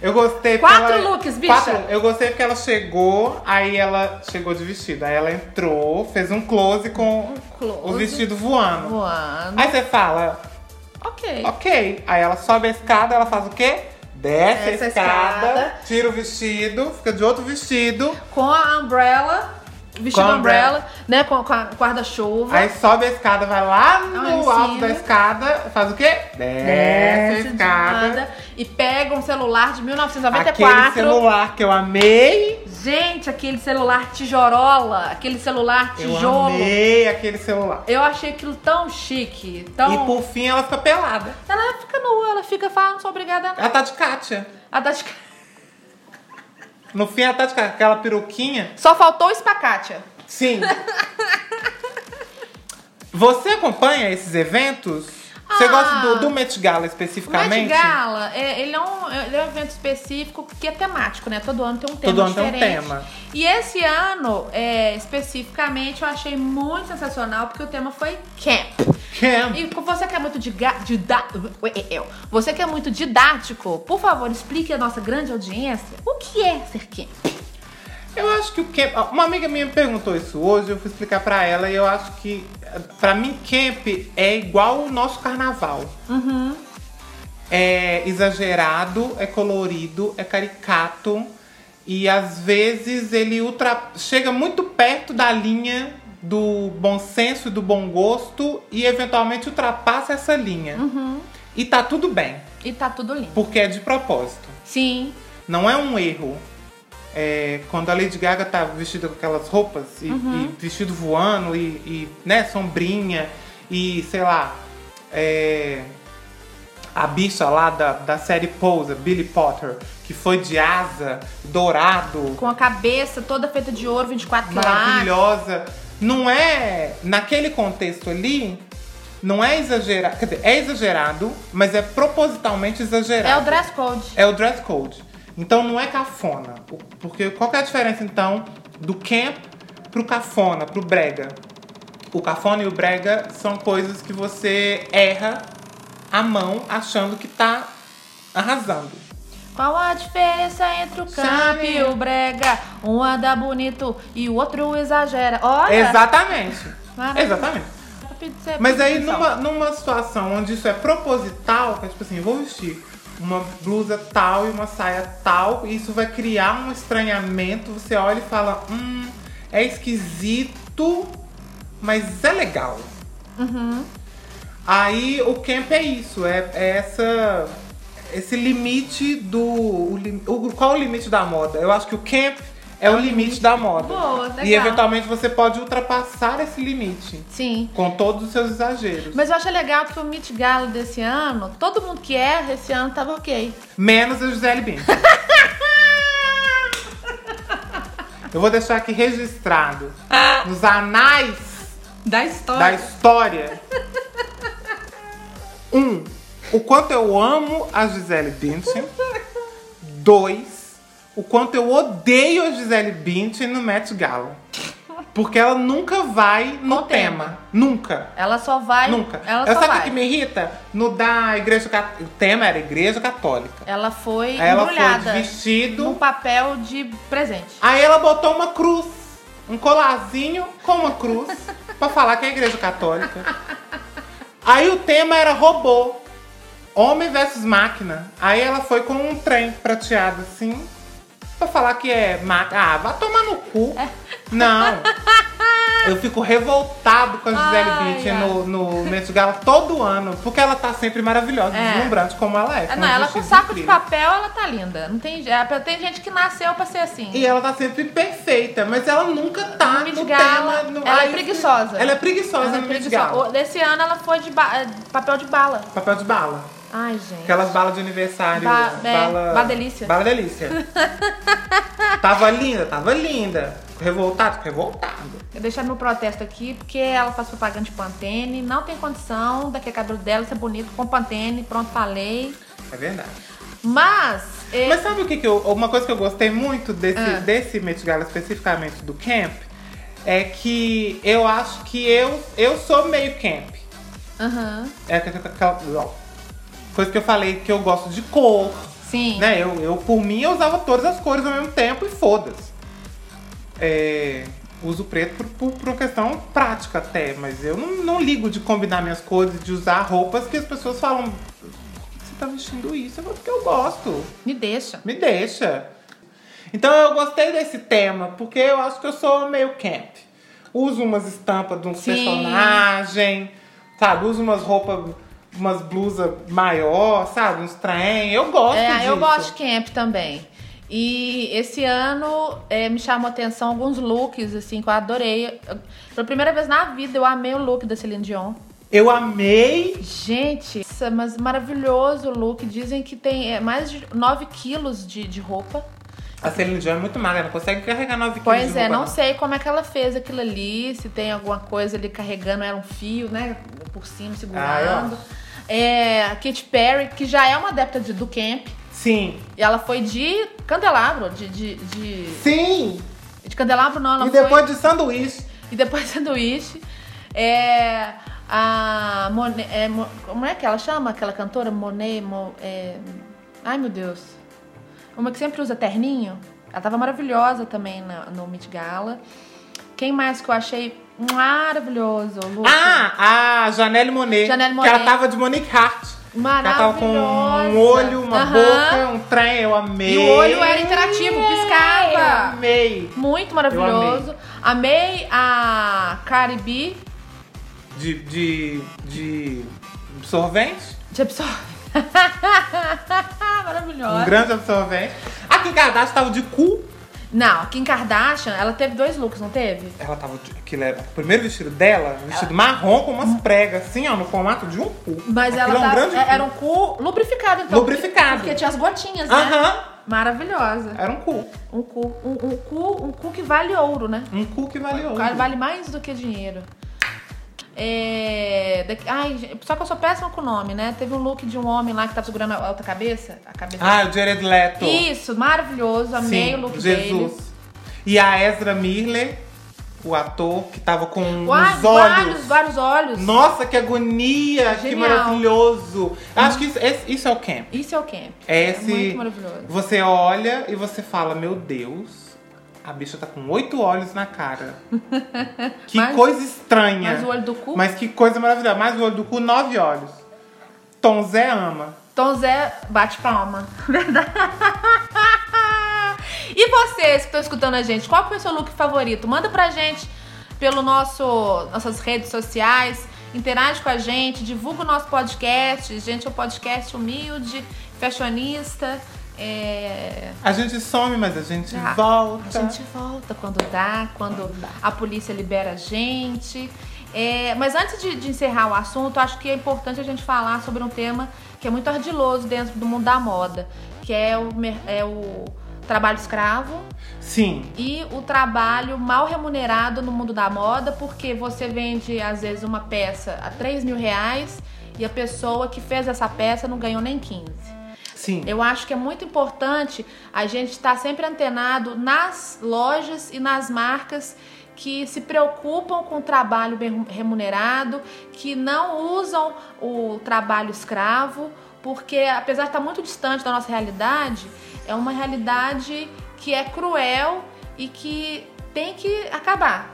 Eu gostei porque
Quatro
ela-
looks, bicha.
Eu gostei porque ela chegou, aí ela chegou de vestido. Aí ela entrou, fez um close com
close.
o vestido voando.
Voando.
Aí você fala,
Ok.
ok. Aí ela sobe a escada, ela faz o quê? Desce
Desce a
a escada,
escada.
tira o vestido, fica de outro vestido.
Com a umbrella, vestido
Com a
umbrella, né? Com, com a guarda-chuva.
Aí sobe a escada, vai lá no
Ah, em
alto
cima.
da escada, faz o quê? Desce,
desce
a
de
escada.
nada e pega um celular de
Aquele
1994.
celular que eu amei.
Gente, aquele celular tijorola, aquele celular
Eu
tijolo.
amei aquele celular.
Eu achei aquilo tão chique, tão...
E por fim ela fica pelada.
Ela fica nua, ela fica falando, não sou obrigada a nada.
Ela tá de Kátia.
A das-
No fim ela tá de Kátia. Aquela peruquinha.
Só faltou o espacátia.
Sim. Você acompanha esses eventos? Você
Ah.
gosta do, do Met Gala
O Met
especificamente?
Gala, é, ele, é um, ele é um evento específico que é temático, né? Todo ano tem um tema
Todo ano tem um
diferente.
tema.
E esse ano, é, especificamente, eu achei muito sensacional porque o tema foi camp.
Camp.
E você que é muito de ga- de da- ué, é, é. você que é muito didático, por favor, explique à nossa grande audiência o que é ser camp.
Eu acho que o camp. ó, Uma amiga minha me perguntou isso hoje, eu fui explicar pra ela e eu acho que, eh, pra mim, camp é igual o nosso carnaval. É exagerado, é colorido, é caricato e às vezes ele ultra... chega muito perto da linha do bom senso e do bom gosto e eventualmente ultrapassa essa linha. E tá tudo bem,
E tá tudo lindo.
porque é de propósito.
Sim,
Não é um erro. É, quando a Lady Gaga tá vestida com aquelas roupas e,
Uhum.
e vestido voando e, e, né, sombrinha e sei lá. é, a bicha lá da, da série Pose, Billy Potter, que foi de asa, dourado,
com a cabeça toda feita de ouro, 24 quilates.
maravilhosa. Não é. Naquele contexto ali, não é exagerado. Quer dizer, é exagerado, mas é propositalmente exagerado.
É o dress code.
É o dress code. Então não é cafona. O- Porque qual que é a diferença, então, do camp pro cafona, pro brega? O cafona e o brega são coisas que você erra a mão achando que tá arrasando.
Qual a diferença entre o camp
Sabe?
e o brega? Um anda bonito e o outro exagera. Olha! é
Exatamente.
Maravilha.
Exatamente. Mas aí, numa, numa situação onde isso é proposital, que é tipo assim, vou vestir uma blusa tal e uma saia tal, e isso vai criar um estranhamento. Você olha e fala, hum, é esquisito, mas é legal.
Uhum,
Aí o camp é isso, é, é essa esse limite do o lim- o- qual o limite da moda? Eu acho que o camp é o limite da moda.
Boa, legal.
E eventualmente você pode ultrapassar esse limite
Sim.
com todos os seus exageros.
Mas eu acho legal que o Meet Gala desse ano, todo mundo que erra esse ano tava ok.
Menos a Gisele Bündchen. Eu vou deixar aqui registrado nos anais
Da
da
história.
história. Um, o quanto eu amo a Gisele Bündchen. Dois, o quanto eu odeio a Gisele Bündchen no Met Gala. Porque ela nunca vai no
Qual tema?
tema. Nunca.
Ela só vai.
Nunca.
Ela
eu
só
sabe o
vai.
que que me irrita? No da igreja católica. O tema era igreja católica.
Ela foi
Aí ela
embrulhada
foi de vestido.
num papel de presente.
Aí ela botou uma cruz, um colarzinho com uma cruz, pra falar que é a igreja católica. Aí o tema era robô, homem versus máquina. Aí ela foi com um trem prateado assim, pra falar que é máquina. Ah, vai tomar no cu.
É.
Não. Eu fico revoltado com a Gisele
Ai,
Bündchen
ai.
no, no Met Gala todo ano, porque ela tá sempre maravilhosa,
É.
deslumbrante como ela é.
Ah, não, ela com
vestidos
saco de
incríveis.
papel, ela tá linda. Não tem, é, tem gente que nasceu pra ser assim.
E ela tá sempre perfeita, mas ela nunca tá
No
no,
Met Gala,
tema. No...
ela é
Aí,
preguiçosa.
Ela é preguiçosa
Ela é
no
preguiçosa.
Met Gala.
O- Desse ano ela foi de ba- eh, papel de bala.
Papel de bala.
Ai, gente.
Aquelas balas de aniversário.
Ba- é,
bala...
bala delícia.
Bala delícia. tava linda, tava linda. Fico Revoltado, fico revoltado.
Eu deixar meu protesto aqui, porque ela faz propaganda de Pantene, não tem condição daquele cabelo dela ser bonito com Pantene, pronto, falei.
É verdade.
Mas, eh,
Mas sabe o que, que eu, uma coisa que eu gostei muito desse,
Ah.
desse Met Gala, especificamente do camp, é que eu acho que eu, eu sou meio camp.
aham,
É aquela- aquela coisa que eu falei que eu gosto de cor.
sim.
Né, eu, eu, por mim, eu usava todas as cores ao mesmo tempo e foda-se. É, uso preto por, por, por uma questão prática até, mas eu não, não ligo de combinar minhas cores, de usar roupas que as pessoas falam. Por que você tá vestindo isso? Eu falo, porque eu gosto.
Me deixa.
Me deixa. Então eu gostei desse tema, porque eu acho que eu sou meio camp. Uso umas estampas de uns
Sim.
personagens, sabe? Uso umas roupas, umas blusas maior, sabe? Uns trem. Eu gosto
É,
disso.
eu gosto de camp também. E esse ano eh, me chamou a atenção alguns looks, assim, que eu adorei. Eu- Pela primeira vez na vida, eu amei o look da Celine Dion.
Eu amei.
Gente, nossa, mas maravilhoso o look. Dizem que tem eh, mais de 9 quilos de, de roupa.
A Celine Dion é muito magra, não consegue carregar 9 quilos
Pois
de
é,
roupa,
não sei como é que ela fez aquilo ali, se tem alguma coisa ali carregando ela um fio, né? Por cima, segurando. é, a Katy Perry, que já é uma adepta de- do camp,
Sim.
e ela foi de candelabro, de. de, de,
Sim!
de candelabro não, ela
e
foi.
depois de sanduíche.
E depois sanduíche. É. A. Monet, é, Mo- como é que ela chama aquela cantora? Monet. Mo- é, ai, meu Deus. Uma que sempre usa terninho. Ela tava maravilhosa também na- no Met Gala. Quem mais que eu achei maravilhoso? Lu?
Ah, a Janelle Monet.
Janelle
Que ela
Monet.
tava de Monique Hart. Ela tava com um
Maravilhosa.
olho, uma
Aham.
boca, um trem. Eu amei.
E o olho era interativo,
Eu
piscava.
amei.
Muito maravilhoso. Amei. a Cardi B
De, de, de absorvente?
de absorve. maravilhosa.
Um grande absorvente. A Kim Kardashian tava de cu.
Não, a Kim Kardashian, ela teve dois looks, não teve?
Ela tava de... Aquilo era... O primeiro vestido dela, um vestido marrom com umas pregas, assim, ó, no formato de um cu.
Mas ela
Aquilo é um
tava-
grande
é-
cu.
era um cu lubrificado, então.
Lubrificado.
Porque tinha as gotinhas, né?
Aham.
Maravilhosa.
Era um cu.
Um cu, um, um cu, um cu que vale ouro, né?
Um cu que vale ouro.
Vale, vale mais do que dinheiro. É, daqui- ai, gente, só que eu sou péssima com o nome, né? Teve um look de um homem lá que tava segurando a outra cabeça. A cabeça.
Ah, o Jared Leto.
Isso, maravilhoso. Amei
Sim,
o look
Jesus.
dele.
E a Ezra Miller, o ator que tava com
Uai,
os
vários,
olhos.
vários olhos.
Nossa, que agonia! Que
Genial.
maravilhoso! Acho que isso, esse- isso é o camp.
Isso é o camp.
É esse.
muito maravilhoso.
Você olha e você fala, meu Deus, a bicha tá com oito olhos na cara. que
Mas-
coisa estranha.
Mas o olho do cu.
Mas que coisa maravilhosa. Mais o olho do cu, nove olhos. Tom Zé ama.
Tom Zé bate palma. Verdade. E vocês que estão escutando a gente, qual que foi o seu look favorito? Manda pra gente pelo nosso nossas redes sociais. interage com a gente, divulga o nosso podcast. Gente, é um podcast humilde, fashionista. É...
A gente some, mas a gente
Ah,
volta.
A gente volta quando dá, quando a polícia libera a gente. É, mas antes de, de encerrar o assunto, acho que é importante a gente falar sobre um tema que é muito ardiloso dentro do mundo da moda, que é o, mer- é o trabalho escravo
Sim.
e o trabalho mal remunerado no mundo da moda, porque você vende, às vezes, uma peça a 3 mil reais e a pessoa que fez essa peça não ganhou nem 15.
Sim.
Eu acho que é muito importante a gente estar sempre antenado nas lojas e nas marcas que se preocupam com o trabalho bem remunerado, que não usam o trabalho escravo, porque apesar de estar muito distante da nossa realidade, é uma realidade que é cruel e que tem que acabar.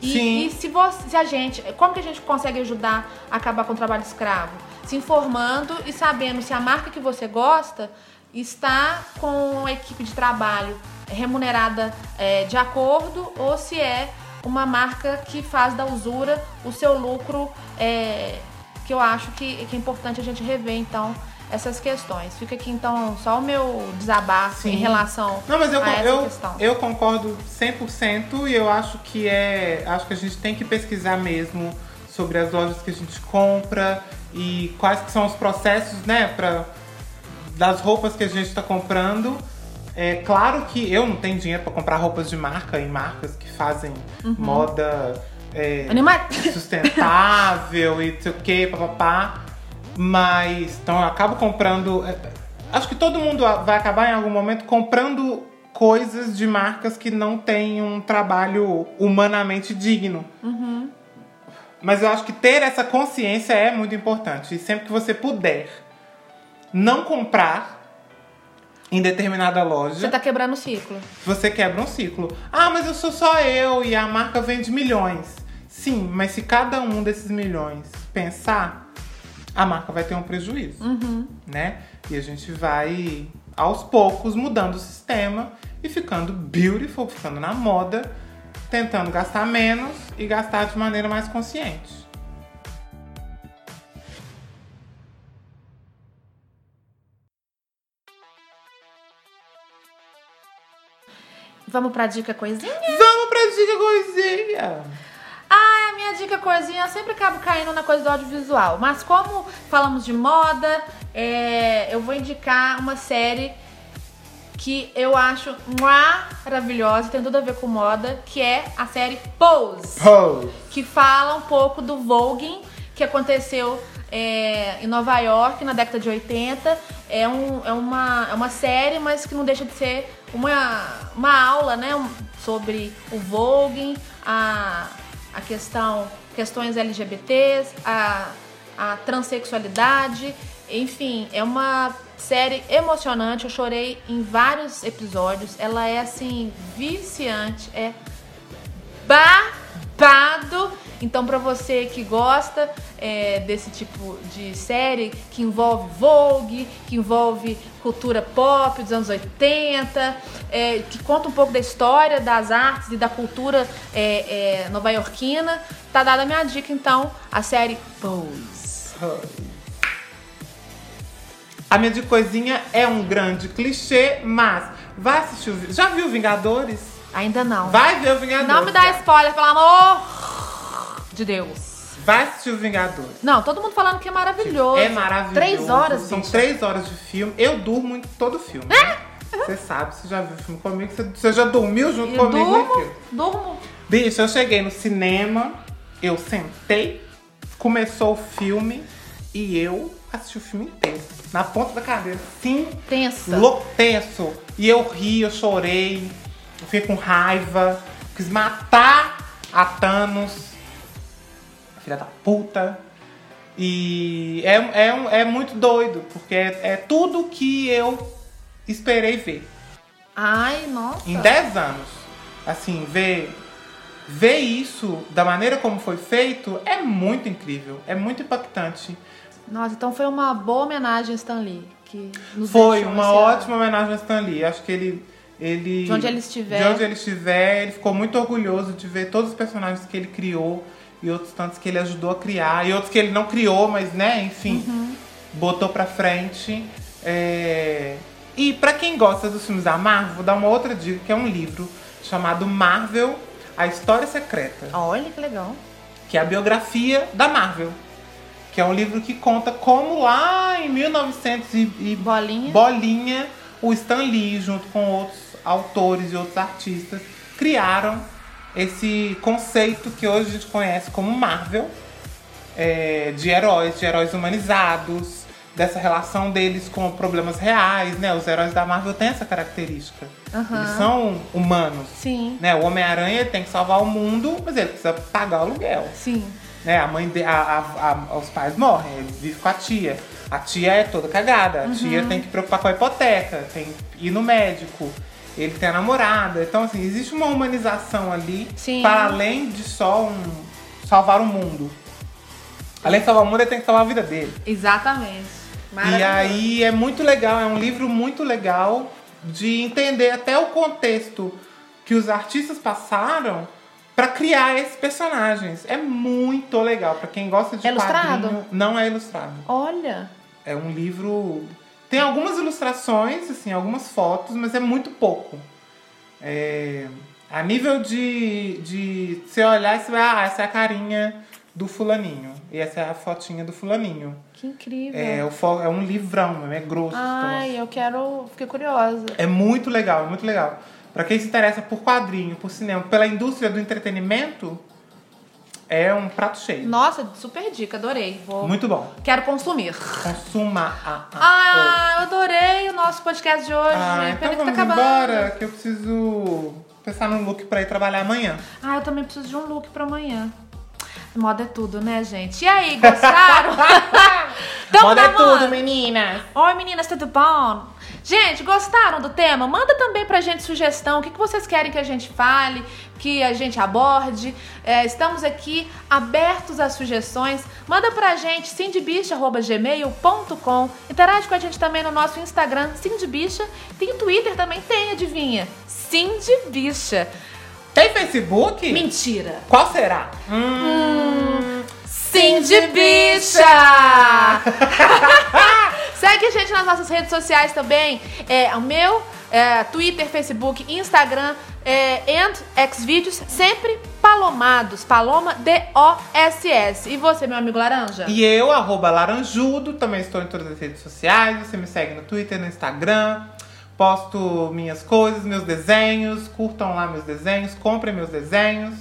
E,
Sim.
e se, você, se a gente. Como que a gente consegue ajudar a acabar com o trabalho escravo? Se informando e sabendo se a marca que você gosta está com a equipe de trabalho remunerada é, de acordo ou se é uma marca que faz da usura o seu lucro, é, que eu acho que, que é importante a gente rever, então, essas questões. Fica aqui, então, só o meu desabafo
Sim.
em relação
Não, mas eu,
a Ah, essa
eu,
questão.
eu concordo 100% e eu acho que é. Acho que a gente tem que pesquisar mesmo sobre as lojas que a gente compra e quais que são os processos, né, pra, das roupas que a gente tá comprando. É claro que eu não tenho dinheiro pra comprar roupas de marca e marcas que fazem
Uhum.
moda. é,
Anima-
sustentável e não sei o que, papapá. Mas, então eu acabo comprando. é, Acho que todo mundo a- vai acabar em algum momento comprando coisas de marcas que não têm um trabalho humanamente digno. Mas eu acho que ter essa consciência é muito importante. E sempre que você puder não comprar em determinada loja.
Você tá quebrando o ciclo.
Você quebra um ciclo. Ah, mas eu sou só eu e a marca vende milhões. Sim, mas se cada um desses milhões pensar, a marca vai ter um prejuízo, né? E a gente vai aos poucos mudando o sistema e ficando beautiful, ficando na moda, tentando gastar menos e gastar de maneira mais consciente.
Vamos pra dica coisinha? É,
Vamos pra dica coisinha!
A minha dica coisinha, eu sempre acabo caindo na coisa do audiovisual. Mas como falamos de moda, é, eu vou indicar uma série que eu acho maravilhosa, tem tudo a ver com moda, que é a série Pose
Pose.
que fala um pouco do voguing que aconteceu é, em Nova York na década de 80. É, um- é uma, é uma série, mas que não deixa de ser uma, uma aula né, um- sobre o voguing, a, a questão, questões LGBTs, a, a transexualidade. Enfim, é uma série emocionante. Eu chorei em vários episódios. Ela é assim, viciante. É babado. Então, pra você que gosta é, desse tipo de série que envolve Vogue, que envolve cultura pop dos anos 80, é, que conta um pouco da história das artes e da cultura é, é, nova-iorquina, tá dada a minha dica, então, a série Pose.
A minha de coisinha é um grande clichê, mas vai assistir. o Vi- Já viu Vingadores?
Ainda não.
Vai ver o Vingadores.
não me dá spoiler, pelo amor de Deus.
Vai assistir o Vingadores.
Não, todo mundo falando que é maravilhoso.
É maravilhoso.
Três horas,
São
bicho. É?
três horas de filme. Eu durmo em todo filme. né? Você sabe, você já viu filme comigo, você- você já dormiu junto
E eu
comigo no
durmo,
filme.
durmo.
Bicho, eu cheguei no cinema, eu sentei, começou o filme e eu assisti o filme inteiro. Na ponta da cadeira, sim.
Tensa.
Louco, tenso. E eu ri, eu chorei, eu fiquei com raiva, quis matar a Thanos, filha da puta. E é, é, um- é muito doido, porque é, é tudo que eu esperei ver
Ai, nossa.
em 10 anos. Assim, ver, ver isso da maneira como foi feito é muito incrível, é muito impactante.
Nossa, então foi uma boa homenagem a Stan Lee. Que nos
Foi
deixou
uma
esse
ótima homenagem a Stan Lee. Acho que ele, ele.
De onde ele estiver.
De onde ele estiver, ele ficou muito orgulhoso de ver todos os personagens que ele criou e outros tantos que ele ajudou a criar, e outros que ele não criou, mas né, enfim,
Uhum.
botou pra frente. É, E pra quem gosta dos filmes da Marvel, vou dar uma outra dica, que é um livro chamado Marvel, A História Secreta
Olha que legal.
que é a biografia da Marvel. Que é um livro que conta como lá em 1900 e, e
Bolinha.
bolinha, o Stan Lee, junto com outros autores e outros artistas, criaram esse conceito que hoje a gente conhece como Marvel, é, de heróis, de heróis humanizados, dessa relação deles com problemas reais, né? Os heróis da Marvel têm essa característica. Eles são humanos.
Sim.
Né, O Homem-Aranha ele tem que salvar o mundo, mas ele precisa pagar o aluguel.
Sim.
Né? A mãe de, a, a- a- os pais morrem, ele vive com a tia. A tia é toda cagada, a tia tem que preocupar com a hipoteca, tem que ir no médico, ele tem a namorada. Então, assim, existe uma humanização ali
Sim.
para além de só um salvar o mundo. Além de salvar o mundo, ele tem que salvar a vida dele.
Exatamente.
E
Maravilhoso.
aí é muito legal, é um livro muito legal de entender até o contexto que os artistas passaram pra criar esses personagens. É muito legal pra quem gosta de
É ilustrado?
quadrinho. Não é ilustrado.
Olha.
É um livro tem algumas ilustrações, assim, algumas fotos, mas é muito pouco. É, a nível de de você olhar, e você vai, ah, essa é a carinha do fulaninho e essa é a fotinha do fulaninho.
Que incrível.
É, o fo- é um livrão, é grosso.
Ai, eu quero. Fiquei curiosa.
É muito legal, é muito legal. Pra quem se interessa por quadrinho, por cinema, pela indústria do entretenimento, é um prato cheio.
Nossa, super dica, adorei. Vou...
Muito bom.
Quero consumir.
Consuma a. a
Ah, eu adorei o nosso podcast de hoje.
Ah,
Pena
então
que tá
vamos
acabando.
embora, que eu preciso pensar num look pra ir trabalhar amanhã.
Ah, eu também preciso de um look pra amanhã. Moda é tudo, né, gente? E aí, gostaram? Tamo
Moda é
na moda.
tudo, meninas!
Oi, meninas, tudo bom? Gente, gostaram do tema? Manda também pra gente sugestão. O que, que vocês querem que a gente fale, que a gente aborde? É, estamos aqui abertos a sugestões. Manda pra gente cindybicha.gmail.com Interage com a gente também no nosso Instagram, Cindybicha. Tem Twitter também, tem, adivinha? Cindybicha.
Tem Facebook?
Mentira.
Qual será?
Cindybicha! Segue a gente nas nossas redes sociais também. É, o meu, é, Twitter, Facebook, Instagram é, and Xvideos, sempre Palomados. Paloma D-O-S-S. E você, meu amigo Laranja?
E eu, arroba laranjudo, também estou em todas as redes sociais. Você me segue no Twitter, no Instagram. Posto minhas coisas, meus desenhos. Curtam lá meus desenhos, comprem meus desenhos.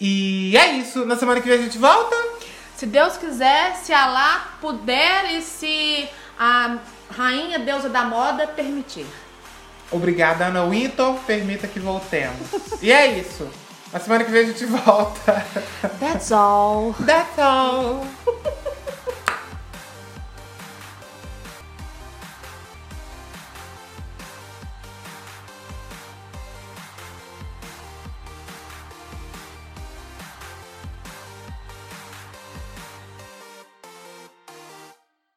E é isso. Na semana que vem a gente volta.
Se Deus quiser, se Alá puder e se a rainha deusa da moda permitir.
Obrigada, Ana Winton. Permita que voltemos. e é isso. Na semana que vem a gente volta.
That's all.
That's all.